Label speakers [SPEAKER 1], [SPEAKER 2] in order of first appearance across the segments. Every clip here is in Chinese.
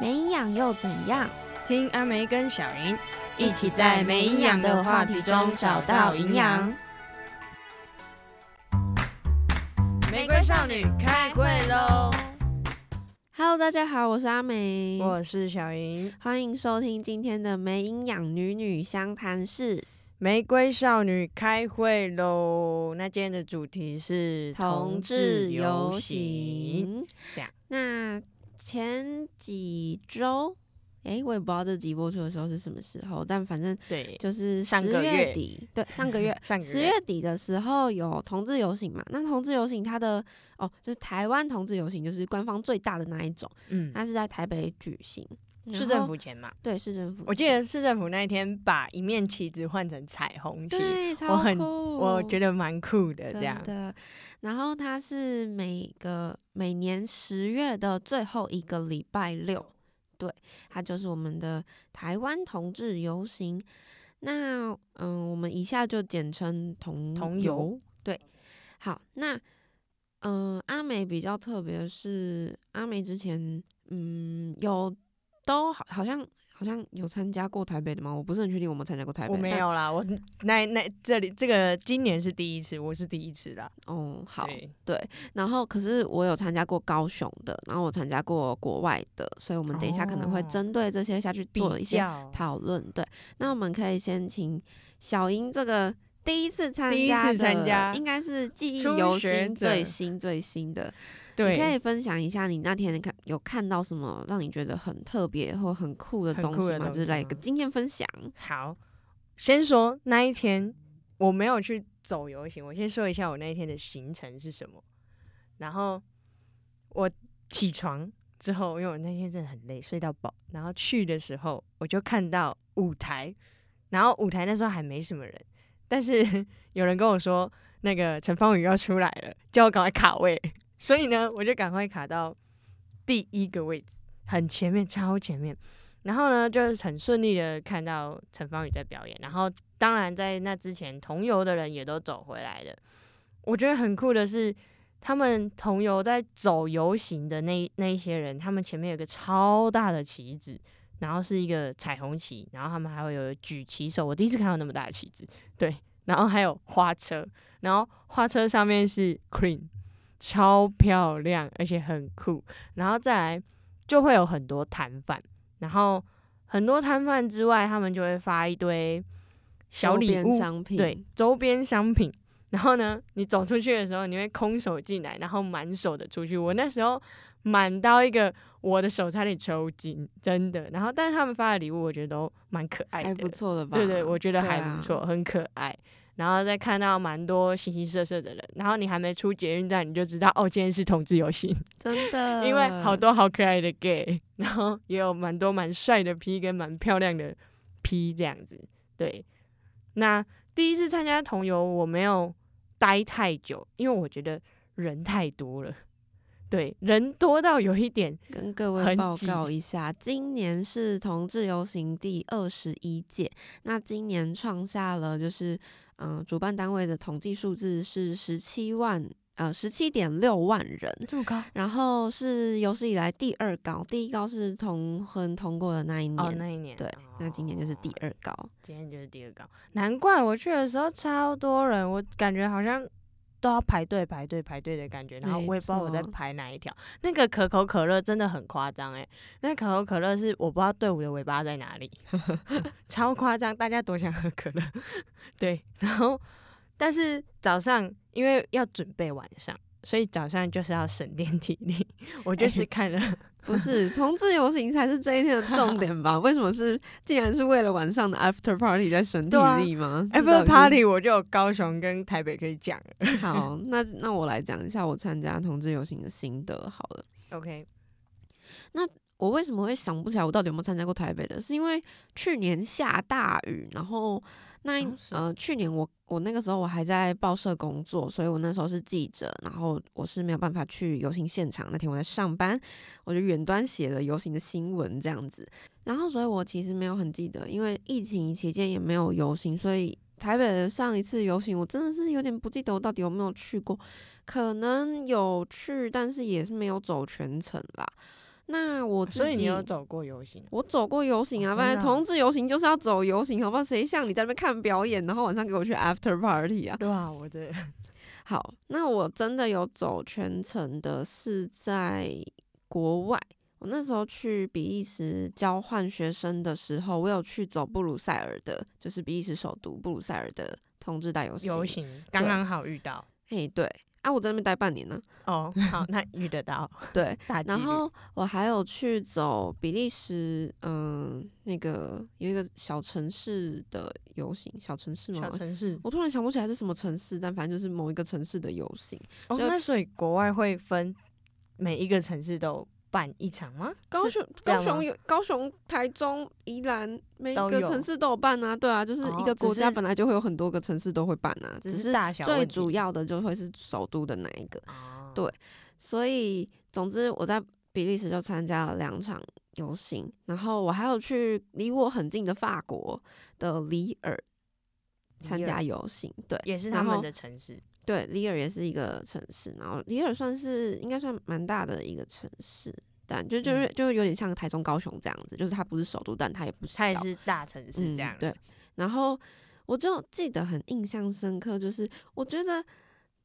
[SPEAKER 1] 没营养又怎样？
[SPEAKER 2] 听阿梅跟小莹
[SPEAKER 1] 一起在没营养的话题中找到营养。。
[SPEAKER 2] 玫瑰少女开会喽！
[SPEAKER 1] Hello，大家好，我是阿梅，
[SPEAKER 2] 我是小莹，
[SPEAKER 1] 欢迎收听今天的没营养女女相谈室。
[SPEAKER 2] 玫瑰少女开会喽！那今天的主题是
[SPEAKER 1] 同志游
[SPEAKER 2] 行，
[SPEAKER 1] 行，
[SPEAKER 2] 这样。
[SPEAKER 1] 那前几周，诶，我也不知道这集播出的时候是什么时候，但反正
[SPEAKER 2] 对，
[SPEAKER 1] 就是
[SPEAKER 2] 上
[SPEAKER 1] 十
[SPEAKER 2] 个
[SPEAKER 1] 月
[SPEAKER 2] 月
[SPEAKER 1] 底，对，上个月
[SPEAKER 2] 上个
[SPEAKER 1] 十月底的时候有同志游行嘛？那同志游行它的哦，就是台湾同志游行，就是官方最大的那一种，
[SPEAKER 2] 嗯，
[SPEAKER 1] 它是在台北举行，啊然
[SPEAKER 2] 市政
[SPEAKER 1] 后
[SPEAKER 2] 府前嘛，
[SPEAKER 1] 对市政府，
[SPEAKER 2] 我记得市政府那一天把一面旗子换成彩虹旗，
[SPEAKER 1] 对，超
[SPEAKER 2] 我很
[SPEAKER 1] 酷，
[SPEAKER 2] 我觉得蛮酷的，这
[SPEAKER 1] 真
[SPEAKER 2] 样。
[SPEAKER 1] 的。然后它是每个每年十月的最后一个礼拜六，对，它就是我们的台湾同志游行。那嗯，我们以下就简称同
[SPEAKER 2] 同游
[SPEAKER 1] 游。对，好，那嗯、呃阿美比较特别的是，阿美之前嗯有都好好像好像有参加过台北的吗？我不是很确定我们参加过台北，
[SPEAKER 2] 我没
[SPEAKER 1] 但
[SPEAKER 2] 有啦，我那那这里这个今年是第一次，我是第一次啦。
[SPEAKER 1] 哦、好，
[SPEAKER 2] 对
[SPEAKER 1] 然后，可是我有参加过高雄的，然后我参加过国外的，所以我们等一下可能会
[SPEAKER 2] 哦
[SPEAKER 1] 针对这些下去做一些
[SPEAKER 2] 较
[SPEAKER 1] 讨论。对，那我们可以先请小英这个第一次参加的，
[SPEAKER 2] 第一次参加
[SPEAKER 1] 应该是记忆
[SPEAKER 2] 初
[SPEAKER 1] 犹
[SPEAKER 2] 学
[SPEAKER 1] 新、
[SPEAKER 2] 者
[SPEAKER 1] 最新最新的。你可
[SPEAKER 2] 对
[SPEAKER 1] 以分享一下你那天看有看到什么让你觉得很特别或很酷的
[SPEAKER 2] 很
[SPEAKER 1] 东
[SPEAKER 2] 酷
[SPEAKER 1] 西
[SPEAKER 2] 的
[SPEAKER 1] 吗？
[SPEAKER 2] 东
[SPEAKER 1] 就是
[SPEAKER 2] 西
[SPEAKER 1] 来一
[SPEAKER 2] 吗
[SPEAKER 1] 个经验分享。
[SPEAKER 2] 好。先说那一天我没有去走游行，我先说一下我那一天的行程是什么。然后我起床之后，因为我那天真的很累，睡到饱。然后去的时候，我就看到舞台，然后舞台那时候还没什么人，但是 有人跟我说那个陈芳宇要出来了，叫我赶快卡位。所以呢，我就赶快卡到第一个位置，很前面，超前面。然后呢，就是很顺利的看到陈芳宇在表演。然后，当然在那之前，同游的人也都走回来了。我觉得很酷的是，他们同游在走游行的那一那一些人，他们前面有个超大的旗子，然后是一个彩虹旗，然后他们还会有举旗手。我第一次看到那么大的旗子，对。然后还有花车，然后花车上面是 Queen，超漂亮，而且很酷。然后再来就会有很多摊贩，然后很多摊贩之外，他们就会发一堆小
[SPEAKER 1] 周
[SPEAKER 2] 礼
[SPEAKER 1] 边
[SPEAKER 2] 物，
[SPEAKER 1] 商品，
[SPEAKER 2] 对，周边商品。然后呢，你走出去的时候，你会空手进来，然后满手的出去。我那时候满到一个，我的手差点抽筋，真的。然后，但是他们发的礼物，我觉得都蛮可爱的，
[SPEAKER 1] 还不错的吧？
[SPEAKER 2] 对对，我觉得
[SPEAKER 1] 对
[SPEAKER 2] 还
[SPEAKER 1] 啊
[SPEAKER 2] 不错，很可爱。然后再看到蛮多形形色色的人，然后你还没出捷运站，你就知道哦，今天是同志游行，
[SPEAKER 1] 真的，
[SPEAKER 2] 因为好多好可爱的 gay，然 后也有蛮多蛮帅的 P 跟蛮漂亮的 P 这样子。对，那第一次参加同游，我没有待太久，因为我觉得人太多了，对，人多到有一点
[SPEAKER 1] 跟各位
[SPEAKER 2] 很
[SPEAKER 1] 报
[SPEAKER 2] 挤
[SPEAKER 1] 告一下，今年是同志游行第二十一届，那今年创下了就是嗯、呃主办单位的统计数字是十七万呃十七点六万人，
[SPEAKER 2] 这么高
[SPEAKER 1] 然后是有史以来第二高，第一高是同婚通过的那一年，
[SPEAKER 2] 哦，那一年
[SPEAKER 1] 对，那今年就是第
[SPEAKER 2] 哦
[SPEAKER 1] 二高，
[SPEAKER 2] 今天就是第二高，难怪我去的时候超多人，我感觉好像都要排队排队排队的感觉，然后
[SPEAKER 1] 没
[SPEAKER 2] 我也不知道我在
[SPEAKER 1] 错
[SPEAKER 2] 排哪一条。那个可口可乐真的很夸张哎，那可口可乐是我不知道队伍的尾巴在哪里， 超夸张，大家多想喝可乐。 对，然后但是早上因为要准备晚上，所以早上就是要省点体力，我就是看 了
[SPEAKER 1] 不是同志游行才是这一天的重点吧？为什么是竟然是为了晚上的 after party 在省体
[SPEAKER 2] 对啊
[SPEAKER 1] 力吗这到
[SPEAKER 2] Apple
[SPEAKER 1] 底是
[SPEAKER 2] Party，我就有高雄跟台北可以讲了。
[SPEAKER 1] 好，那那我来讲一下我参加同志游行的心得好了。
[SPEAKER 2] OK，
[SPEAKER 1] 我为什么会想不起来我到底有没有参加过台北的？是因为去年下大雨，然后那一、
[SPEAKER 2] 哦是
[SPEAKER 1] 呃去年我我那个时候我还在报社工作，所以我那时候是记者，然后我是没有办法去游行现场。那天我在上班，我就远端写了游行的新闻这样子。然后所以我其实没有很记得，因为疫情期间也没有游行，所以台北的上一次游行我真的是有点不记得我到底有没有去过，可能有去，但是也是没有走全程啦。那我自
[SPEAKER 2] 所以你
[SPEAKER 1] 己
[SPEAKER 2] 有走过游行？
[SPEAKER 1] 我走过游行啊，
[SPEAKER 2] 哦
[SPEAKER 1] 不然、
[SPEAKER 2] 真的啊
[SPEAKER 1] 同志游行就是要走游行，好不好？谁像你在那边看表演，然后晚上给我去 after party 啊？
[SPEAKER 2] 对啊，我的
[SPEAKER 1] 好，那我真的有走全程的是在国外。我那时候去比利时交换学生的时候，我有去走布鲁塞尔的，就是比利时首都布鲁塞尔的同志大游行。
[SPEAKER 2] 游，行刚刚好遇到
[SPEAKER 1] 嘿，对啊，我在那边待半年呢、
[SPEAKER 2] 哦， 好，那遇得到
[SPEAKER 1] 对，
[SPEAKER 2] 大几率
[SPEAKER 1] 然后我还有去走比利时，嗯、那个有一个小城市的游行，小城市吗
[SPEAKER 2] 小？城市
[SPEAKER 1] 我突然想不起来是什么城市，但反正就是某一个城市的游行。
[SPEAKER 2] 哦，
[SPEAKER 1] 就
[SPEAKER 2] 那所以国外会分每一个城市都办一场吗？
[SPEAKER 1] 高
[SPEAKER 2] 是
[SPEAKER 1] 雄、高
[SPEAKER 2] 这样吗
[SPEAKER 1] 雄有高雄、台中、宜兰，每一
[SPEAKER 2] 都
[SPEAKER 1] 个
[SPEAKER 2] 有
[SPEAKER 1] 城市都有办啊。对啊，就是一
[SPEAKER 2] 哦
[SPEAKER 1] 个
[SPEAKER 2] 只
[SPEAKER 1] 国家
[SPEAKER 2] 是
[SPEAKER 1] 本来就会有很多个城市都会办啊，只
[SPEAKER 2] 只
[SPEAKER 1] 是
[SPEAKER 2] 大小
[SPEAKER 1] 最
[SPEAKER 2] 问题
[SPEAKER 1] 主要的就会是首都的那一个。
[SPEAKER 2] 哦
[SPEAKER 1] 对所以，总之我在比利时就参加了两场游行，然后我还有去离我很近的法国的里尔参
[SPEAKER 2] 里尔
[SPEAKER 1] 加游行。对
[SPEAKER 2] 也是
[SPEAKER 1] 然
[SPEAKER 2] 他
[SPEAKER 1] 后
[SPEAKER 2] 们的城市
[SPEAKER 1] 对，里尔也是一个城市，然后里尔算是应该算蛮大的一个城市。但就
[SPEAKER 2] 嗯
[SPEAKER 1] 就是就有点像台中、高雄这样子，就是它不是首都，但它也不是，
[SPEAKER 2] 它也是大城市这样
[SPEAKER 1] 嗯。。对，然后我就记得很印象深刻，就是我觉得，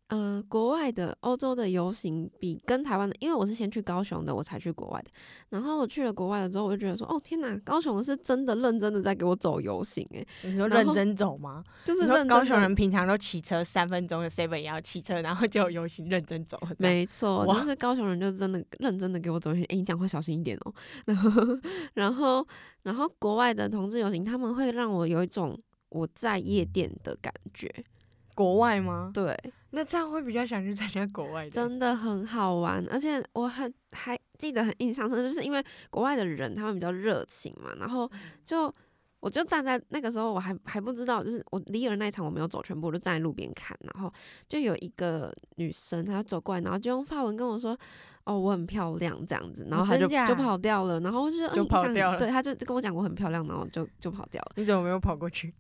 [SPEAKER 1] 呃，国外的欧洲的游行比跟台湾的，因为我是先去高雄的，我才去国外的。然后我去了国外了之后，我就觉得说，哦天哪，高雄是真的认真的在给我走游行、欸，诶，
[SPEAKER 2] 你说
[SPEAKER 1] 然
[SPEAKER 2] 认
[SPEAKER 1] 后
[SPEAKER 2] 真走吗？
[SPEAKER 1] 就是
[SPEAKER 2] 你说
[SPEAKER 1] 认真
[SPEAKER 2] 高
[SPEAKER 1] 地
[SPEAKER 2] 雄人平常都骑车三分钟的 seven 也要骑车，然后就游行认真走。
[SPEAKER 1] 没错，
[SPEAKER 2] 哇
[SPEAKER 1] 就是高雄人就真的认真的给我走一圈，哎、你讲话小心一点哦。 然后，然后，然后国外的同志游行，他们会让我有一种我在夜店的感觉，
[SPEAKER 2] 国外吗？
[SPEAKER 1] 对，
[SPEAKER 2] 那这样会比较想去参加国外的。
[SPEAKER 1] 真的很好玩，而且我很还记得很印象深刻，就是因为国外的人他们比较热情嘛，然后
[SPEAKER 2] 嗯
[SPEAKER 1] 就我就站在那个时候我还还不知道，就是我里尔那一场我没有走全部，我就站在路边看，然后就有一个女生她走过来，然后就用法文跟我说。哦，我很漂亮这样子，然后她就
[SPEAKER 2] 哦真假
[SPEAKER 1] 就跑掉了，然后我就觉得
[SPEAKER 2] 就
[SPEAKER 1] 嗯
[SPEAKER 2] 跑
[SPEAKER 1] 像
[SPEAKER 2] 掉了
[SPEAKER 1] 对，她就跟我讲我很漂亮，然后就就跑 掉了。
[SPEAKER 2] 你怎么没有跑过去？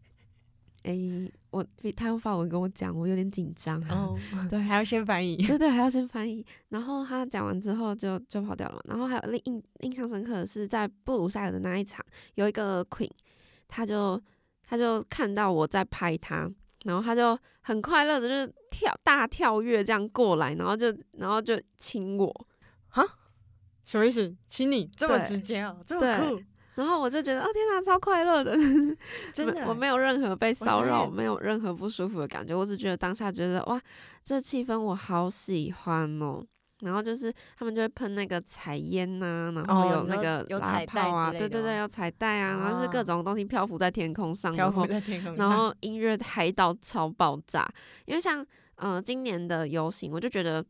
[SPEAKER 1] 诶、我比她用法文跟我讲，我有点紧张。
[SPEAKER 2] 哦，
[SPEAKER 1] 对
[SPEAKER 2] 还要先翻译。
[SPEAKER 1] 对对，还要先翻译。然后他讲完之后就就跑掉了嘛。然后还有另印印象深刻的是，在布鲁塞尔的那一场，有一个 Queen，他就他就看到我在拍他，然后他就很快乐的就是跳大跳跃这样过来，然后就然后就亲我，
[SPEAKER 2] 什么意思？请你这么
[SPEAKER 1] 对
[SPEAKER 2] 直接哦，这
[SPEAKER 1] 对
[SPEAKER 2] 么酷，
[SPEAKER 1] 然后我就觉得哦天哪，超快乐的，
[SPEAKER 2] 真的哎
[SPEAKER 1] 我没有任何被骚
[SPEAKER 2] 想
[SPEAKER 1] 扰，
[SPEAKER 2] 也
[SPEAKER 1] 没有任何不舒服的感觉，我只觉得当下觉得哇，这气氛我好喜欢哦。然后就是他们就会喷那个彩烟呐、然后
[SPEAKER 2] 哦
[SPEAKER 1] 有
[SPEAKER 2] 你
[SPEAKER 1] 那
[SPEAKER 2] 说
[SPEAKER 1] 个
[SPEAKER 2] 有
[SPEAKER 1] 拉
[SPEAKER 2] 彩带
[SPEAKER 1] 炮啊，
[SPEAKER 2] 之类
[SPEAKER 1] 对对
[SPEAKER 2] 的
[SPEAKER 1] 对，
[SPEAKER 2] 吗
[SPEAKER 1] 有彩带啊，然后是各
[SPEAKER 2] 啊
[SPEAKER 1] 种东西漂浮在天空上，
[SPEAKER 2] 漂
[SPEAKER 1] 然
[SPEAKER 2] 浮
[SPEAKER 1] 后
[SPEAKER 2] 在天空上，
[SPEAKER 1] 然后音乐嗨到超爆炸。因为像呃今年的游行，我就觉得。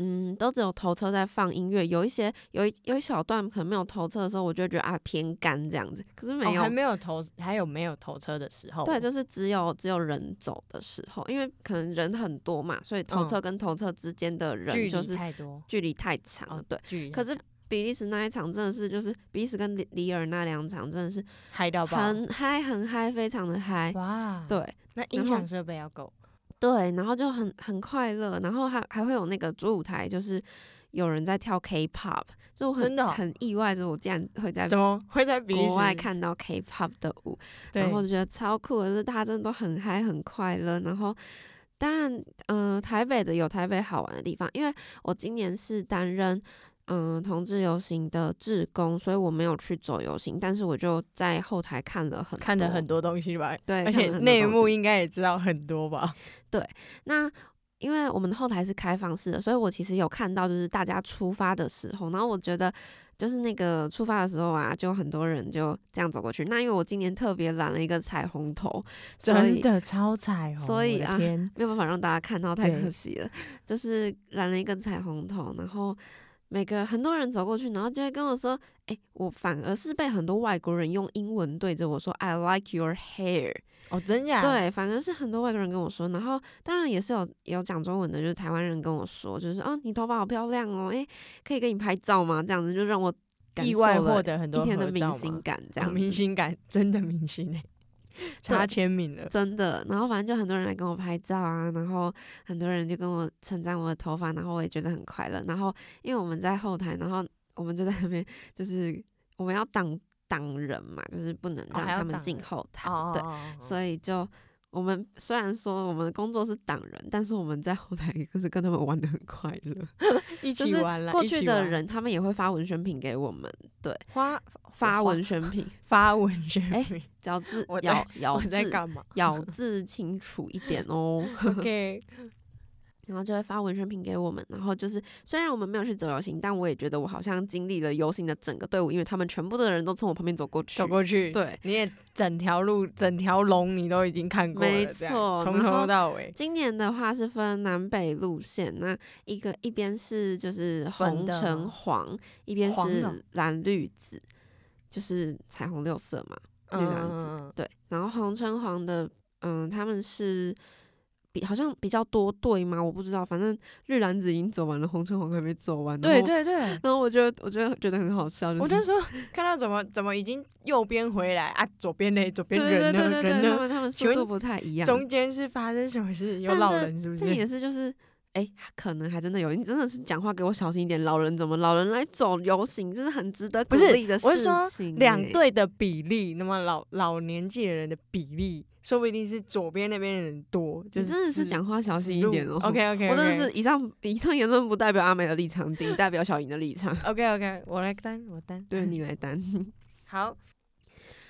[SPEAKER 1] 嗯，都只有头车在放音乐，有一些有一有一小段可能没有头车的时候，我就会觉得啊偏干这样子，可是没
[SPEAKER 2] 哦
[SPEAKER 1] 有，
[SPEAKER 2] 还没有投，还有没有投车的时候？
[SPEAKER 1] 对，就是只有只有人走的时候，因为可能人很多嘛，所以头
[SPEAKER 2] 嗯
[SPEAKER 1] 车跟头车之间的
[SPEAKER 2] 距
[SPEAKER 1] 人
[SPEAKER 2] 离
[SPEAKER 1] 就是
[SPEAKER 2] 太多，
[SPEAKER 1] 距离太长了。
[SPEAKER 2] 哦
[SPEAKER 1] 对，
[SPEAKER 2] 距离太
[SPEAKER 1] 可是
[SPEAKER 2] 长
[SPEAKER 1] 比利时那一场真的是，就是比利时跟里里尔那两场真的是
[SPEAKER 2] 嗨到爆，
[SPEAKER 1] 很嗨，很嗨，非常的嗨。
[SPEAKER 2] 哇，，
[SPEAKER 1] 对
[SPEAKER 2] 那
[SPEAKER 1] 然
[SPEAKER 2] 音
[SPEAKER 1] 后
[SPEAKER 2] 响设备要够，
[SPEAKER 1] 对，然后就很很快乐，然后还还会有那个主舞台，就是有人在跳 K-pop，就我很
[SPEAKER 2] 真的哦
[SPEAKER 1] 很意外，就是我竟然会在
[SPEAKER 2] 哎怎么会在比利时
[SPEAKER 1] 国外？看到 K-pop 的舞，
[SPEAKER 2] 对
[SPEAKER 1] 然后我就觉得超酷的，就是大家真的都很嗨很快乐。然后当然，嗯、台北的有台北好玩的地方，因为我今年是担任嗯、呃同志游行的志工，所以我没有去走游行，但是我就在后台看了很
[SPEAKER 2] 看了
[SPEAKER 1] 多
[SPEAKER 2] 很多东西吧，
[SPEAKER 1] 对，
[SPEAKER 2] 而
[SPEAKER 1] 看
[SPEAKER 2] 且
[SPEAKER 1] 了很多
[SPEAKER 2] 内
[SPEAKER 1] 东
[SPEAKER 2] 幕
[SPEAKER 1] 西
[SPEAKER 2] 应该也知道很多吧？
[SPEAKER 1] 那。因为我们的后台是开放式的，所以我其实有看到，就是大家出发的时候，然后我觉得就是那个出发的时候啊，就很多人就这样走过去。那因为我今年特别染了一个彩虹头，所
[SPEAKER 2] 真
[SPEAKER 1] 以
[SPEAKER 2] 的超彩虹，
[SPEAKER 1] 所以
[SPEAKER 2] 我的
[SPEAKER 1] 啊
[SPEAKER 2] 天，
[SPEAKER 1] 没有办法让大家看到，太
[SPEAKER 2] 对
[SPEAKER 1] 可惜了。就是染了一根彩虹头，然后每个很多人走过去，然后就会跟我说：“哎、我反而是被很多外国人用英文对着我说 ‘I like your hair’。
[SPEAKER 2] 哦，真假？，
[SPEAKER 1] 对，反而是很多外国人跟我说，然后当然也是有有讲中文的，就是台湾人跟我说，就是哦，你头发好漂亮哦，哎、可以跟你拍照吗？这样子就让我感
[SPEAKER 2] 意
[SPEAKER 1] 受
[SPEAKER 2] 外获
[SPEAKER 1] 了
[SPEAKER 2] 得很
[SPEAKER 1] 一
[SPEAKER 2] 多
[SPEAKER 1] 天的
[SPEAKER 2] 合
[SPEAKER 1] 明
[SPEAKER 2] 照
[SPEAKER 1] 星
[SPEAKER 2] 嘛
[SPEAKER 1] 感，这
[SPEAKER 2] 哦
[SPEAKER 1] 样子。
[SPEAKER 2] 明星感，真的明星哎，差签名了，
[SPEAKER 1] 真的。然后反正就很多人来跟我拍照啊，然后很多人就跟我称赞我的头发，然后我也觉得很快乐。然后因为我们在后台，然后我们就在那边，就是我们要挡挡人嘛，就是不能让
[SPEAKER 2] 哦还要
[SPEAKER 1] 他们
[SPEAKER 2] 挡
[SPEAKER 1] 进
[SPEAKER 2] 人
[SPEAKER 1] 后台。
[SPEAKER 2] 哦，
[SPEAKER 1] 对，
[SPEAKER 2] 哦
[SPEAKER 1] 所以就我们虽然说我们的工作是挡人，但是我们在后台就是跟他们玩的很快乐。
[SPEAKER 2] 一
[SPEAKER 1] 就
[SPEAKER 2] 起
[SPEAKER 1] 是
[SPEAKER 2] 玩了。
[SPEAKER 1] 过
[SPEAKER 2] 一
[SPEAKER 1] 去
[SPEAKER 2] 起
[SPEAKER 1] 的
[SPEAKER 2] 玩
[SPEAKER 1] 人他们也会发文宣品给我们，对，
[SPEAKER 2] 发
[SPEAKER 1] 发
[SPEAKER 2] 发
[SPEAKER 1] 文宣品，
[SPEAKER 2] 发文学
[SPEAKER 1] 哎
[SPEAKER 2] 评，
[SPEAKER 1] 咬字
[SPEAKER 2] 我在
[SPEAKER 1] 咬咬
[SPEAKER 2] 我在
[SPEAKER 1] 字
[SPEAKER 2] 干嘛
[SPEAKER 1] 咬字清楚一点 哦。
[SPEAKER 2] ？OK，
[SPEAKER 1] 然后就会发文宣品给我们。然后就是，虽然我们没有去走游行，但我也觉得我好像经历了游行的整个队伍，因为他们全部的人都从我旁边走过去。
[SPEAKER 2] 走过去，，
[SPEAKER 1] 对，
[SPEAKER 2] 你也整条路、整条龙你都已经看过了，
[SPEAKER 1] 没
[SPEAKER 2] 这样
[SPEAKER 1] 错
[SPEAKER 2] 从
[SPEAKER 1] 然
[SPEAKER 2] 头
[SPEAKER 1] 后
[SPEAKER 2] 到尾。
[SPEAKER 1] 今年的话是分南北路线，那一个一边是就是
[SPEAKER 2] 粉
[SPEAKER 1] 红
[SPEAKER 2] 的
[SPEAKER 1] 橙
[SPEAKER 2] 吗
[SPEAKER 1] 黄，一边
[SPEAKER 2] 黄的
[SPEAKER 1] 是蓝绿紫，就是彩虹六色嘛。绿蓝紫
[SPEAKER 2] 嗯，
[SPEAKER 1] 对，然后红橙黄的，嗯，他们是比好像比较多对吗？我不知道，反正绿蓝紫已经走完了，红橙黄还没走完。然
[SPEAKER 2] 对
[SPEAKER 1] 后。嗯
[SPEAKER 2] 对对，
[SPEAKER 1] 然后我就我就觉得很好笑，就
[SPEAKER 2] 我
[SPEAKER 1] 是
[SPEAKER 2] 那时候看到怎么怎么已经右边回来啊，左边嘞，左边
[SPEAKER 1] 对对
[SPEAKER 2] 人
[SPEAKER 1] 对对
[SPEAKER 2] 呢人
[SPEAKER 1] 对，他
[SPEAKER 2] 呢，
[SPEAKER 1] 们他们
[SPEAKER 2] 请
[SPEAKER 1] 速
[SPEAKER 2] 问
[SPEAKER 1] 度不太一样。
[SPEAKER 2] 中间是发生什么事？有
[SPEAKER 1] 但
[SPEAKER 2] 老
[SPEAKER 1] 这
[SPEAKER 2] 人是不
[SPEAKER 1] 这
[SPEAKER 2] 是？
[SPEAKER 1] 也是就是，哎、可能还真的有，你真的是讲话给我小心一点。老人怎么老人来走游行，这是很值得鼓
[SPEAKER 2] 不是
[SPEAKER 1] 励的事
[SPEAKER 2] 我是说
[SPEAKER 1] 情、欸
[SPEAKER 2] 两，队的比例，那么老老年纪的人的比例，说不一定是左边那边的人多，就
[SPEAKER 1] 你
[SPEAKER 2] 是
[SPEAKER 1] 真的是
[SPEAKER 2] 指
[SPEAKER 1] 讲话小心一点哦。
[SPEAKER 2] OK OK，
[SPEAKER 1] 我真的 是以上以上言论不代表阿美的立场，仅代表小莹的立场。
[SPEAKER 2] OK OK，我来担我担。
[SPEAKER 1] 对你来担。
[SPEAKER 2] 好，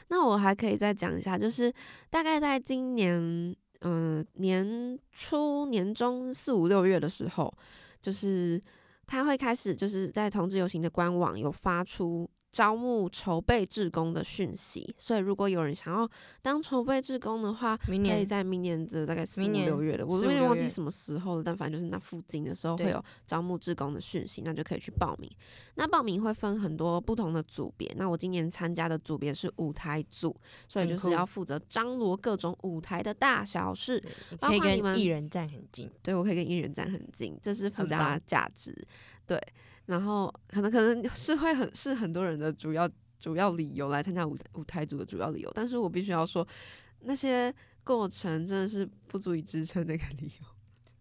[SPEAKER 1] 那我还可以再讲一下，就是大概在今年，嗯、年初、年中四五六月的时候，就是他会开始就是在同志游行的官网有发出招募筹备志工的讯息，所以如果有人想要当筹备志工的话，
[SPEAKER 2] 明
[SPEAKER 1] 可以
[SPEAKER 2] 年
[SPEAKER 1] 在明年的大概四五
[SPEAKER 2] 明年
[SPEAKER 1] 六月的，我
[SPEAKER 2] 四
[SPEAKER 1] 有
[SPEAKER 2] 五
[SPEAKER 1] 点
[SPEAKER 2] 六
[SPEAKER 1] 忘记
[SPEAKER 2] 月
[SPEAKER 1] 什么时候了，但反正就是那附近的时候会
[SPEAKER 2] 对
[SPEAKER 1] 有招募志工的讯息，那就可以去报名。那报名会分很多不同的组别，那我今年参加的组别是舞台组，所以
[SPEAKER 2] 很
[SPEAKER 1] 就是要
[SPEAKER 2] 酷
[SPEAKER 1] 负责张罗各种舞台的大小事。包
[SPEAKER 2] 可以
[SPEAKER 1] 括你
[SPEAKER 2] 跟
[SPEAKER 1] 们
[SPEAKER 2] 艺人站很近，
[SPEAKER 1] 对我可以跟艺人站很近，这是附
[SPEAKER 2] 很
[SPEAKER 1] 加
[SPEAKER 2] 棒
[SPEAKER 1] 价值。对，然后可能可能是会很是很多人的主要主要理由来参加舞台舞台组的主要理由，但是我必须要说，那些过程真的是不足以支撑那个理由，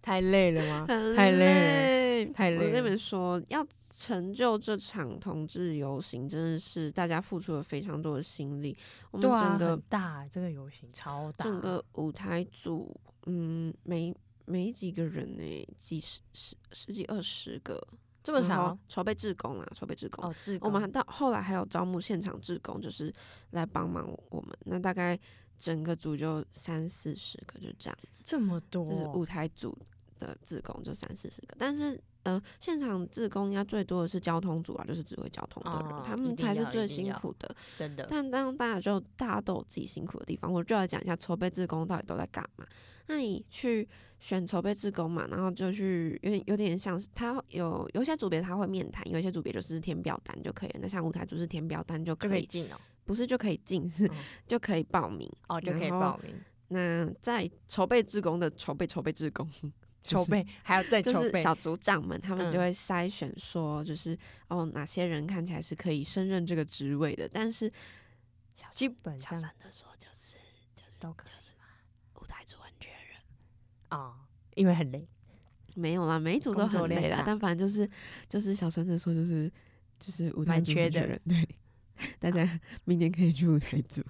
[SPEAKER 2] 太累了吗？
[SPEAKER 1] 很
[SPEAKER 2] 太累了，
[SPEAKER 1] 累
[SPEAKER 2] 太
[SPEAKER 1] 我跟
[SPEAKER 2] 累
[SPEAKER 1] 你
[SPEAKER 2] 了。
[SPEAKER 1] 们说，要成就这场同志游行，真的是大家付出了非常多的心力。我们
[SPEAKER 2] 对啊，
[SPEAKER 1] 整个、
[SPEAKER 2] 很大，这个游行超大，
[SPEAKER 1] 整个舞台组，嗯，没没几个人呢、几十十十几二十个，
[SPEAKER 2] 这
[SPEAKER 1] 不
[SPEAKER 2] 么少啊
[SPEAKER 1] 筹备志工啦，筹备志工。
[SPEAKER 2] 哦，志
[SPEAKER 1] 我们还
[SPEAKER 2] 工
[SPEAKER 1] 到后来还有招募现场志工，就是来帮忙我们。那大概整个组就三四十个，就这样子。
[SPEAKER 2] 这么多，
[SPEAKER 1] 就是舞台组的志工就三四十个，但是呃，现场志工应该最多的是交通组啊，就是指挥交通的人，
[SPEAKER 2] 哦
[SPEAKER 1] 他
[SPEAKER 2] 一
[SPEAKER 1] 们
[SPEAKER 2] 定
[SPEAKER 1] 才是
[SPEAKER 2] 要一
[SPEAKER 1] 最
[SPEAKER 2] 定
[SPEAKER 1] 辛
[SPEAKER 2] 要
[SPEAKER 1] 苦的。
[SPEAKER 2] 真的
[SPEAKER 1] 但当大家就大家都有自己辛苦的地方，我就来讲一下筹备志工到底都在干嘛。那你去选筹备志工嘛，然后就去有点有点像是他有有一些组别他会面谈，有一些组别就是填表单就可以了。那像舞台组是填表单就
[SPEAKER 2] 就
[SPEAKER 1] 可
[SPEAKER 2] 可
[SPEAKER 1] 以，
[SPEAKER 2] 以进哦，
[SPEAKER 1] 不是就可以进，是、
[SPEAKER 2] 哦
[SPEAKER 1] 就可以报名。
[SPEAKER 2] 哦就可以
[SPEAKER 1] 然后
[SPEAKER 2] 报名
[SPEAKER 1] 那在筹备志工的筹备筹备志工，
[SPEAKER 2] 筹备，还要再
[SPEAKER 1] 就
[SPEAKER 2] 筹
[SPEAKER 1] 是
[SPEAKER 2] 备
[SPEAKER 1] 小组长们，他们就
[SPEAKER 2] 嗯
[SPEAKER 1] 会筛选说，就是、哦，哪些人看起来是可以胜任这个职位的，但是小
[SPEAKER 2] 基
[SPEAKER 1] 声
[SPEAKER 2] 本
[SPEAKER 1] 小
[SPEAKER 2] 上
[SPEAKER 1] 声的说，就是就是
[SPEAKER 2] 都可
[SPEAKER 1] 就是舞台组很缺人，
[SPEAKER 2] 啊，因为很累，
[SPEAKER 1] 没有啦，每一组都
[SPEAKER 2] 工作
[SPEAKER 1] 很累
[SPEAKER 2] 量
[SPEAKER 1] 啦
[SPEAKER 2] 大，
[SPEAKER 1] 但反正就是就是小声的说，就是就是舞台
[SPEAKER 2] 蛮
[SPEAKER 1] 组
[SPEAKER 2] 缺
[SPEAKER 1] 很缺
[SPEAKER 2] 的
[SPEAKER 1] 人，对，大家 明年可以去舞台组。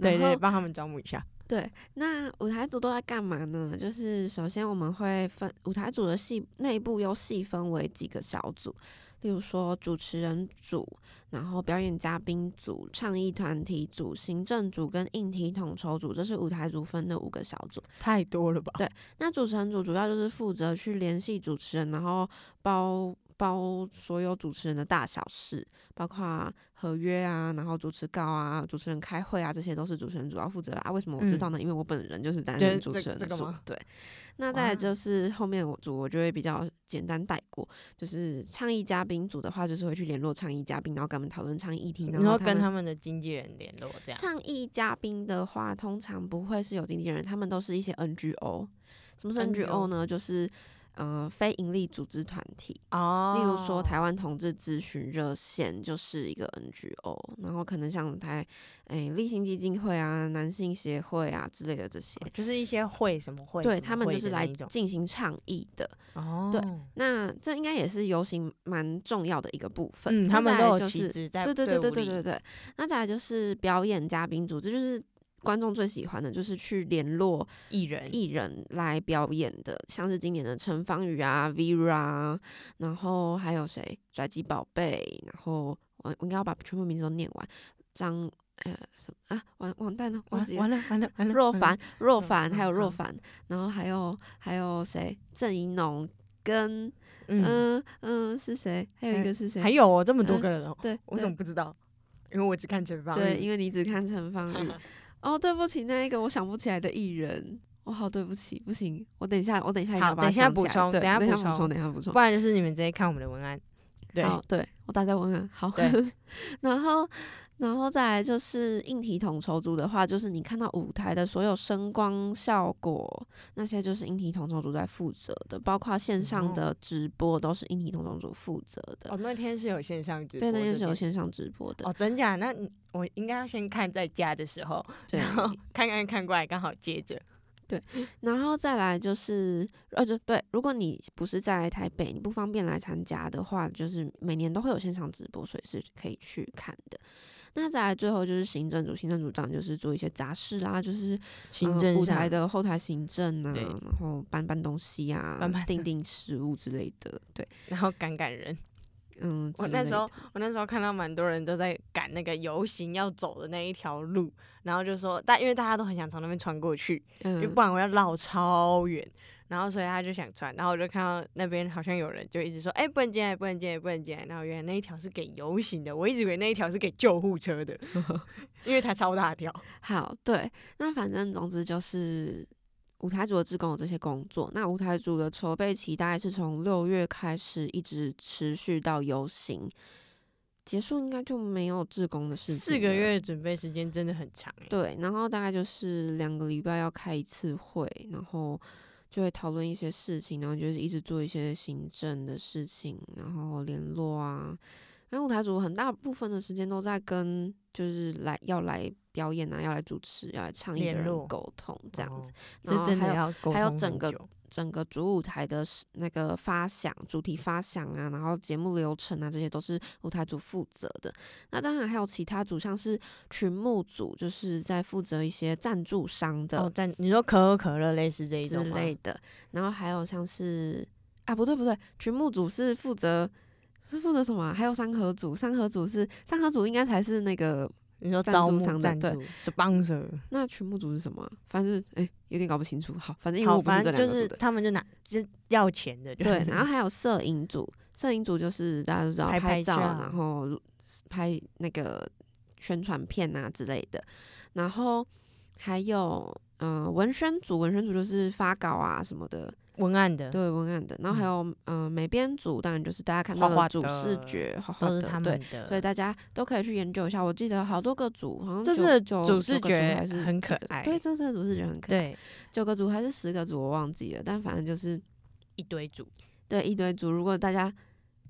[SPEAKER 2] 对
[SPEAKER 1] 然后
[SPEAKER 2] 对，帮他们招募一下，
[SPEAKER 1] 对，那舞台组都在干嘛呢？就是首先我们会分舞台组的细内部又细分为几个小组，例如说主持人组，然后表演嘉宾组、倡议团体组、行政组跟应题统筹组，这是舞台组分的五个小组。
[SPEAKER 2] 太多了吧？
[SPEAKER 1] 对那主持人组主要就是负责去联系主持人，然后包包所有主持人的大小事，包括合约啊，然后主持稿啊，主持人开会啊，这些都是主持人主要负责的啊。为什么我知道呢？因为我本人就是担
[SPEAKER 2] 嗯就是
[SPEAKER 1] 任主
[SPEAKER 2] 这
[SPEAKER 1] 持人
[SPEAKER 2] 这个
[SPEAKER 1] 组
[SPEAKER 2] 吗
[SPEAKER 1] 对，那再来
[SPEAKER 2] 哇
[SPEAKER 1] 就是后面我组我就会比较简单带过，就是倡议嘉宾组的话，就是会去联络倡议嘉宾，然后跟他们讨论倡议议题，
[SPEAKER 2] 然后
[SPEAKER 1] 后
[SPEAKER 2] 跟
[SPEAKER 1] 们
[SPEAKER 2] 他们的经纪人联络，这样
[SPEAKER 1] 倡议嘉宾的话，通常不会是有经纪人，他们都是一些 NGO。什么是
[SPEAKER 2] NGO
[SPEAKER 1] NGO 呢？就是呃非营利组织团体，
[SPEAKER 2] 哦
[SPEAKER 1] 例如说台湾同志咨询热线就是一个 NGO，然后可能像台诶立新基金会啊、男性协会啊之类的这些，
[SPEAKER 2] 就是一些会什么哦会，
[SPEAKER 1] 对
[SPEAKER 2] 什么
[SPEAKER 1] 他们
[SPEAKER 2] 会
[SPEAKER 1] 就是
[SPEAKER 2] 的那
[SPEAKER 1] 来
[SPEAKER 2] 一种
[SPEAKER 1] 进行倡议的。
[SPEAKER 2] 哦，
[SPEAKER 1] 对那这应该也是游行蛮重要的一个部分。
[SPEAKER 2] 嗯，
[SPEAKER 1] 那
[SPEAKER 2] 他们
[SPEAKER 1] 再
[SPEAKER 2] 都
[SPEAKER 1] 来
[SPEAKER 2] 有
[SPEAKER 1] 就
[SPEAKER 2] 旗
[SPEAKER 1] 是
[SPEAKER 2] 帜在
[SPEAKER 1] 对对对对
[SPEAKER 2] 队伍
[SPEAKER 1] 对
[SPEAKER 2] 里
[SPEAKER 1] 对对。那再来就是表演嘉宾组织，这就是观众最喜欢的，就是去联络
[SPEAKER 2] 艺人
[SPEAKER 1] 艺人来表演的，像是今年的陈芳宇啊、Vera，啊然后还有谁？拽鸡宝贝，然后我我应该要把全部名字都念完。张呃什么啊？完完蛋了，忘
[SPEAKER 2] 完
[SPEAKER 1] 记了。
[SPEAKER 2] 完了完了完 了，
[SPEAKER 1] 若
[SPEAKER 2] 完了
[SPEAKER 1] 凡，若
[SPEAKER 2] 嗯
[SPEAKER 1] 凡，还有若
[SPEAKER 2] 嗯
[SPEAKER 1] 凡，然后还有还有谁？郑怡农跟
[SPEAKER 2] 嗯，
[SPEAKER 1] 嗯嗯是谁？还有一
[SPEAKER 2] 还
[SPEAKER 1] 个是谁？
[SPEAKER 2] 还有哦，这么多
[SPEAKER 1] 嗯
[SPEAKER 2] 个人哦，
[SPEAKER 1] 对，
[SPEAKER 2] 我怎么不知道？因为我只看陈芳
[SPEAKER 1] 对，
[SPEAKER 2] 宇
[SPEAKER 1] 因为你只看陈芳宇。哦，对不起，那一个我想不起来的艺人，我好对不起，不行，我等一下，我等一下一定
[SPEAKER 2] 好
[SPEAKER 1] 要把
[SPEAKER 2] 等
[SPEAKER 1] 它
[SPEAKER 2] 一下
[SPEAKER 1] 想起
[SPEAKER 2] 补
[SPEAKER 1] 来
[SPEAKER 2] 充
[SPEAKER 1] 对
[SPEAKER 2] 等一下
[SPEAKER 1] 等一
[SPEAKER 2] 补
[SPEAKER 1] 下补充，
[SPEAKER 2] 充
[SPEAKER 1] 等一下补充
[SPEAKER 2] 不。然就是你们直接看我们的文案。对，
[SPEAKER 1] 好，对我大家问问，好，
[SPEAKER 2] 对
[SPEAKER 1] 然后，然后再来就是硬体统筹组的话，就是你看到舞台的所有声光效果那些，就是硬体统筹组在负责的，包括线上
[SPEAKER 2] 哦
[SPEAKER 1] 的直播都是硬体统筹组负责的。
[SPEAKER 2] 哦，那天是有线上直播
[SPEAKER 1] 对，
[SPEAKER 2] 这
[SPEAKER 1] 那天
[SPEAKER 2] 件事，
[SPEAKER 1] 是有线上直播的，
[SPEAKER 2] 哦，真假？那你我应该要先看在家的时候，
[SPEAKER 1] 对。嗯
[SPEAKER 2] 然后看看看过来，刚好接着。
[SPEAKER 1] 然后再来就是，呃，就对，如果你不是在台北，你不方便来参加的话，就是每年都会有线上直播，所以是可以去看的。那再来最后就是行政组，行政组长就是做一些杂事啦，就是
[SPEAKER 2] 行
[SPEAKER 1] 呃、
[SPEAKER 2] 政
[SPEAKER 1] 舞台
[SPEAKER 2] 上
[SPEAKER 1] 的后台行政啊，
[SPEAKER 2] 对
[SPEAKER 1] 然后搬搬东西啊，
[SPEAKER 2] 搬搬
[SPEAKER 1] 订订食物之类的，对，
[SPEAKER 2] 然后赶赶人。
[SPEAKER 1] 嗯，
[SPEAKER 2] 我
[SPEAKER 1] 之
[SPEAKER 2] 那
[SPEAKER 1] 类
[SPEAKER 2] 时
[SPEAKER 1] 的
[SPEAKER 2] 候，我那时候看到蛮多人都在赶那个游行要走的那一条路，然后就说，但因为大家都很想从那边穿过去，因为
[SPEAKER 1] 嗯
[SPEAKER 2] 不，然我要绕超远，然后所以他就想穿，然后我就看到那边好像有人就一直说，哎、不能进来，不能进来，不能进来，然后原来那一条是给游行的，我一直以为那一条是给救护车 的，因为它超大条，
[SPEAKER 1] 好，对，那反正总之就是舞台组的志工有这些工作。那舞台组的筹备期大概是从六月开始，一直持续到游行结束，应该就没有志工的事情。
[SPEAKER 2] 四个。月准备时间真的很长、欸，
[SPEAKER 1] 对，然后大概就是两个礼拜要开一次会，然后就会讨论一些事情，然后就是一直做一些行政的事情，然后联络啊。因为舞台组很大部分的时间都在跟就是来要来表演啊，要来主持、要来倡议的
[SPEAKER 2] 联
[SPEAKER 1] 人
[SPEAKER 2] 络
[SPEAKER 1] 沟通这样子，
[SPEAKER 2] 哦，
[SPEAKER 1] 然
[SPEAKER 2] 是
[SPEAKER 1] 后
[SPEAKER 2] 真
[SPEAKER 1] 还
[SPEAKER 2] 的
[SPEAKER 1] 有
[SPEAKER 2] 要沟
[SPEAKER 1] 还有
[SPEAKER 2] 通
[SPEAKER 1] 整
[SPEAKER 2] 很
[SPEAKER 1] 个
[SPEAKER 2] 久
[SPEAKER 1] 整个主舞台的是那个发想、主题发想啊，然后节目流程啊，这些都是舞台组负责的。那当然还有其他组，像是群幕组，就是在负责一些赞助商
[SPEAKER 2] 哦，
[SPEAKER 1] 的
[SPEAKER 2] 在你说可口可乐类似这一
[SPEAKER 1] 之
[SPEAKER 2] 种吗
[SPEAKER 1] 类的。然后还有像是啊，不对不对，群幕组是负责是负责什么啊、还有三合组，三合组是三合组应该才是那个
[SPEAKER 2] 你说
[SPEAKER 1] 赞
[SPEAKER 2] 招
[SPEAKER 1] 助
[SPEAKER 2] 募
[SPEAKER 1] 商的
[SPEAKER 2] 赞助
[SPEAKER 1] 对
[SPEAKER 2] sponsor，
[SPEAKER 1] 那群幕组是什么啊、反正哎、有点搞不清楚。好，反正因为
[SPEAKER 2] 好，
[SPEAKER 1] 我不是
[SPEAKER 2] 反
[SPEAKER 1] 这两
[SPEAKER 2] 正
[SPEAKER 1] 个
[SPEAKER 2] 就
[SPEAKER 1] 组
[SPEAKER 2] 是
[SPEAKER 1] 的。
[SPEAKER 2] 他们就拿就要钱的，就
[SPEAKER 1] 对，然后还有摄影组，摄影组就是大家都知道
[SPEAKER 2] 拍拍
[SPEAKER 1] 照，
[SPEAKER 2] 照
[SPEAKER 1] 然后录拍那个宣传片啊之类的，然后还有嗯、呃文宣组，文宣组就是发稿啊什么的，
[SPEAKER 2] 文案的
[SPEAKER 1] 对文案的，然后还有嗯、呃美编组，当然就是大家看到
[SPEAKER 2] 画画
[SPEAKER 1] 主视
[SPEAKER 2] 的
[SPEAKER 1] 觉画画
[SPEAKER 2] 都是
[SPEAKER 1] 的，
[SPEAKER 2] 他们
[SPEAKER 1] 对。
[SPEAKER 2] 的，
[SPEAKER 1] 所以大家都可以去研究一下，我记得好多个组，好像
[SPEAKER 2] 这
[SPEAKER 1] 九
[SPEAKER 2] 次的
[SPEAKER 1] 九
[SPEAKER 2] 主
[SPEAKER 1] 九
[SPEAKER 2] 视
[SPEAKER 1] 个
[SPEAKER 2] 觉
[SPEAKER 1] 还是
[SPEAKER 2] 很
[SPEAKER 1] 几
[SPEAKER 2] 可
[SPEAKER 1] 个
[SPEAKER 2] 爱
[SPEAKER 1] 对，这次的主视觉很可爱。
[SPEAKER 2] 对
[SPEAKER 1] 九个组还是十个组，我忘记了，但反正就是
[SPEAKER 2] 一堆组
[SPEAKER 1] 对一堆组。如果大家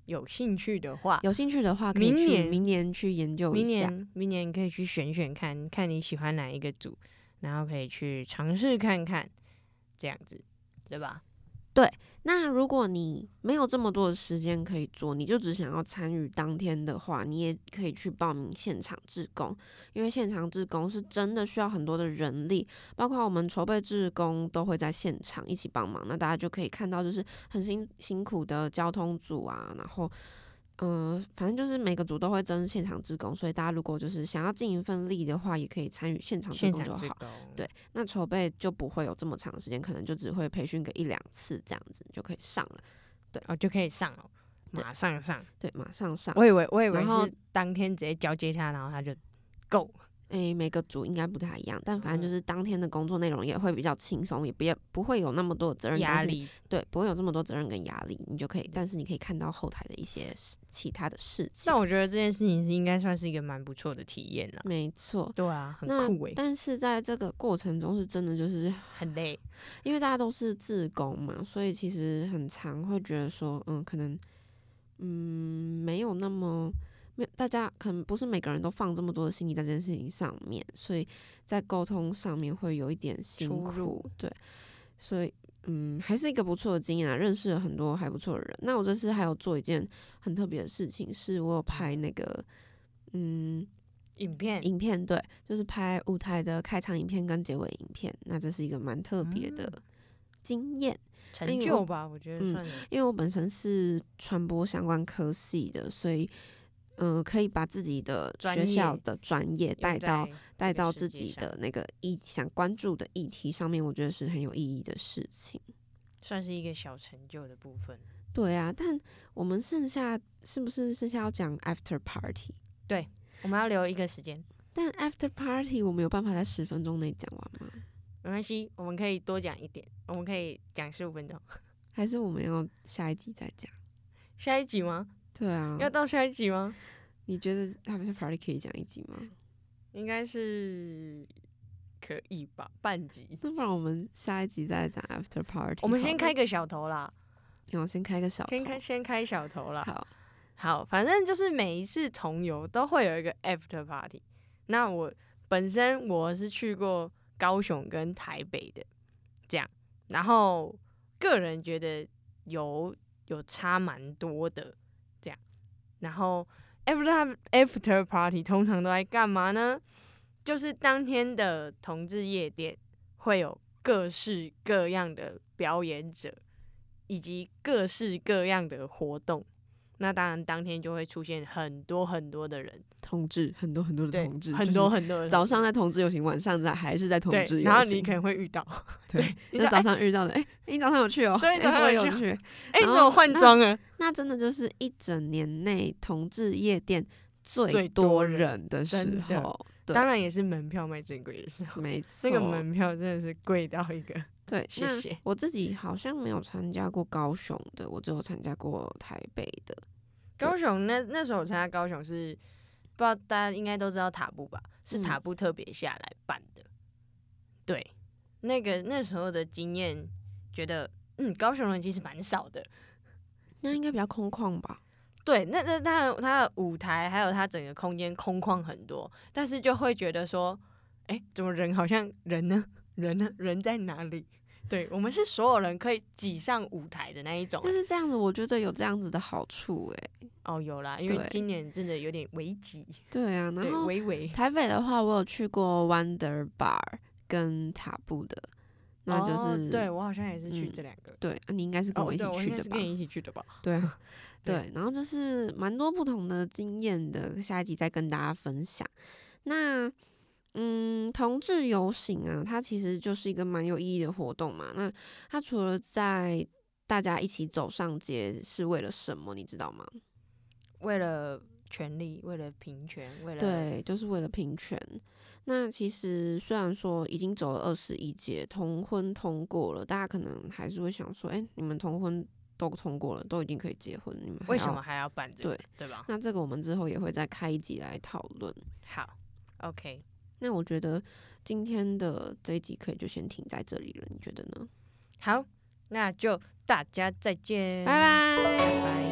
[SPEAKER 2] 有兴趣的话，
[SPEAKER 1] 有兴趣的话，可以
[SPEAKER 2] 明
[SPEAKER 1] 去
[SPEAKER 2] 年
[SPEAKER 1] 明年去研究
[SPEAKER 2] 明
[SPEAKER 1] 一下。
[SPEAKER 2] 年明年可以去选选看看你喜欢哪一个组，然后可以去尝试看看，这样子对吧？
[SPEAKER 1] 那如果你没有这么多的时间可以做，你就只想要参与当天的话，你也可以去报名现场志工，因为现场志工是真的需要很多的人力，包括我们筹备志工都会在现场一起帮忙。那大家就可以看到，就是很辛辛苦的交通组啊，然后。呃，反正就是每个组都会征现场志工，所以大家如果就是想要尽一份力的话，也可以参与现场志
[SPEAKER 2] 现
[SPEAKER 1] 工
[SPEAKER 2] 场
[SPEAKER 1] 就
[SPEAKER 2] 志
[SPEAKER 1] 好。
[SPEAKER 2] 工，
[SPEAKER 1] 对那筹备就不会有这么长的时间，可能就只会培训个一两次这样子，你就可以上了。
[SPEAKER 2] 哦就可以上了，
[SPEAKER 1] 对
[SPEAKER 2] 马上上。
[SPEAKER 1] 对，马上上。
[SPEAKER 2] 我以为我以为
[SPEAKER 1] 然后
[SPEAKER 2] 是当天直接交接他，然后他就够
[SPEAKER 1] 诶，每个组应该不太一样，但反
[SPEAKER 2] 嗯
[SPEAKER 1] 正就是当天的工作内容也会比较轻松，也不也不会有那么多的责任
[SPEAKER 2] 压
[SPEAKER 1] 担心，
[SPEAKER 2] 力，
[SPEAKER 1] 对，不会有这么多责任跟压力，你就可以，但是你可以看到后台的一些事其他的事情
[SPEAKER 2] 但。我觉得这件事情是应该算是一个蛮不错的体验啊了。
[SPEAKER 1] 没错，
[SPEAKER 2] 对啊，很
[SPEAKER 1] 那
[SPEAKER 2] 酷诶、
[SPEAKER 1] 但是在这个过程中是真的就是
[SPEAKER 2] 很累，
[SPEAKER 1] 因为大家都是自工嘛，所以其实很常会觉得说，嗯，可能，嗯，没有那么，没有大家可能不是每个人都放这么多的心力在这件事情上面，所以在沟通上面会有一点辛
[SPEAKER 2] 出
[SPEAKER 1] 苦
[SPEAKER 2] 入，
[SPEAKER 1] 对，所以。嗯，还是一个不错的经验啊，认识了很多还不错的人。那我这次还有做一件很特别的事情，是我有拍那个，嗯，
[SPEAKER 2] 影片
[SPEAKER 1] 影片对，就是拍舞台的开场影片跟结尾影片，那这是一个蛮特别的
[SPEAKER 2] 嗯
[SPEAKER 1] 经验。
[SPEAKER 2] 成就吧，我觉得
[SPEAKER 1] 嗯
[SPEAKER 2] 算有
[SPEAKER 1] 因为我本身是传播相关科系的，所以嗯、呃可以把自己的
[SPEAKER 2] 专
[SPEAKER 1] 学校
[SPEAKER 2] 业
[SPEAKER 1] 的专业带
[SPEAKER 2] 用
[SPEAKER 1] 到
[SPEAKER 2] 在
[SPEAKER 1] 带
[SPEAKER 2] 这个
[SPEAKER 1] 到
[SPEAKER 2] 世
[SPEAKER 1] 自
[SPEAKER 2] 界
[SPEAKER 1] 己
[SPEAKER 2] 上
[SPEAKER 1] 的那个议想关注的议题上面，我觉得是很有意义的事情。
[SPEAKER 2] 算是一个小成就的部分。
[SPEAKER 1] 对啊，但我们剩下是不是剩下要讲 after party？
[SPEAKER 2] 我们要留一个时间，
[SPEAKER 1] 但 after party 我们有办法在十分钟内讲完吗？
[SPEAKER 2] 没关系，我们可以多讲一点，我们可以讲十五分钟。
[SPEAKER 1] 还是我们要下一集再讲？
[SPEAKER 2] 下一集吗？
[SPEAKER 1] 对啊，
[SPEAKER 2] 要到下一集吗？
[SPEAKER 1] 你觉得他们是 party 可以讲一集吗？
[SPEAKER 2] 应该是可以吧，半集。
[SPEAKER 1] 那不然我们下一集再来讲 after party。
[SPEAKER 2] 我们先开，个小头啦，
[SPEAKER 1] 然后先开个小头，
[SPEAKER 2] 先开先开小 头啦。
[SPEAKER 1] 好，
[SPEAKER 2] 好，反正就是每一次同游都会有一个 after party。那我本身我是去过高雄跟台北的，这样，然后个人觉得有有差蛮多的，这样。然后 after after party 通常都在干嘛呢？就是当天的同志夜店会有各式各样的表演者，以及各式各样的活动。那当然，当天就会出现很多很多的人，
[SPEAKER 1] 同志很多很多的
[SPEAKER 2] 对
[SPEAKER 1] 同志，
[SPEAKER 2] 很
[SPEAKER 1] 就
[SPEAKER 2] 多
[SPEAKER 1] 是
[SPEAKER 2] 很多人，
[SPEAKER 1] 早上在同志游行，晚上在还是在同
[SPEAKER 2] 对
[SPEAKER 1] 志游行。
[SPEAKER 2] 然后你可能会遇到，
[SPEAKER 1] 对，那
[SPEAKER 2] 你说
[SPEAKER 1] 早
[SPEAKER 2] 哎
[SPEAKER 1] 上遇到的，哎，你早上有去哦，
[SPEAKER 2] 对
[SPEAKER 1] 哎
[SPEAKER 2] 早上
[SPEAKER 1] 我
[SPEAKER 2] 有
[SPEAKER 1] 有
[SPEAKER 2] 去
[SPEAKER 1] 去。
[SPEAKER 2] 哎、
[SPEAKER 1] 然
[SPEAKER 2] 你怎
[SPEAKER 1] 后
[SPEAKER 2] 么换
[SPEAKER 1] 那
[SPEAKER 2] 装啊？
[SPEAKER 1] 那真的就是一整年内同志夜店最
[SPEAKER 2] 最
[SPEAKER 1] 多
[SPEAKER 2] 多
[SPEAKER 1] 人的时
[SPEAKER 2] 真的
[SPEAKER 1] 候， 对
[SPEAKER 2] 当然也是门票卖最贵的时候，
[SPEAKER 1] 没错，
[SPEAKER 2] 那个门票真的是贵到一 个，
[SPEAKER 1] 对，
[SPEAKER 2] 谢
[SPEAKER 1] 那
[SPEAKER 2] 谢
[SPEAKER 1] 我自己好像没有参加过高雄的，我只有参加过台北的。
[SPEAKER 2] 高雄那那时候我参加高雄是，不知道大家应该都知道塔布吧？是
[SPEAKER 1] 嗯
[SPEAKER 2] 塔布特别下来办的。对，那个那时候的经验，觉得嗯，高雄人其实蛮少的。
[SPEAKER 1] 那应该比较空旷吧？
[SPEAKER 2] 对，那那那它的舞台还有它整个空间空旷很多，但是就会觉得说，哎、怎么人好像人呢？人呢？人在哪里？对我们是所有人可以挤上舞台的那一种
[SPEAKER 1] 但。是这样子，我觉得有这样子的好处欸诶、
[SPEAKER 2] 哦，有啦，因为
[SPEAKER 1] 对
[SPEAKER 2] 今年真的有点危急，
[SPEAKER 1] 对啊，然
[SPEAKER 2] 对，
[SPEAKER 1] 后
[SPEAKER 2] 微微。
[SPEAKER 1] 台北的话，我有去过 Wonder Bar 跟塔布的， 那就
[SPEAKER 2] 哦
[SPEAKER 1] 是、
[SPEAKER 2] 对我好像也是去
[SPEAKER 1] 嗯
[SPEAKER 2] 这两个。
[SPEAKER 1] 对，你应该是跟
[SPEAKER 2] 哦
[SPEAKER 1] 我一起
[SPEAKER 2] 对我应
[SPEAKER 1] 去
[SPEAKER 2] 该
[SPEAKER 1] 的
[SPEAKER 2] 是
[SPEAKER 1] 吧
[SPEAKER 2] 跟？你一起去的吧？
[SPEAKER 1] 对啊，
[SPEAKER 2] 对
[SPEAKER 1] 对，然后就是蛮多不同的经验的，下一集再跟大家分享。那嗯，同志游行啊，它其实就是一个蛮有意义的活动嘛。那它除了在大家一起走上街是为了什么，你知道吗？
[SPEAKER 2] 为了权利，为了平权，为了
[SPEAKER 1] 对，就是为了平权。那其实虽然说已经走了二十一届，同婚通过了，大家可能还是会想说，哎、你们同婚都通过了，都已经可以结婚，你们还
[SPEAKER 2] 为什
[SPEAKER 1] 要
[SPEAKER 2] 么还要办这个？
[SPEAKER 1] 对
[SPEAKER 2] 对吧？
[SPEAKER 1] 那这个我们之后也会再开一集来讨论。
[SPEAKER 2] 好，OK，
[SPEAKER 1] 那我觉得今天的这一集可以就先停在这里了，你觉得呢？
[SPEAKER 2] 好，那就大家再见，
[SPEAKER 1] 拜拜。
[SPEAKER 2] 拜拜。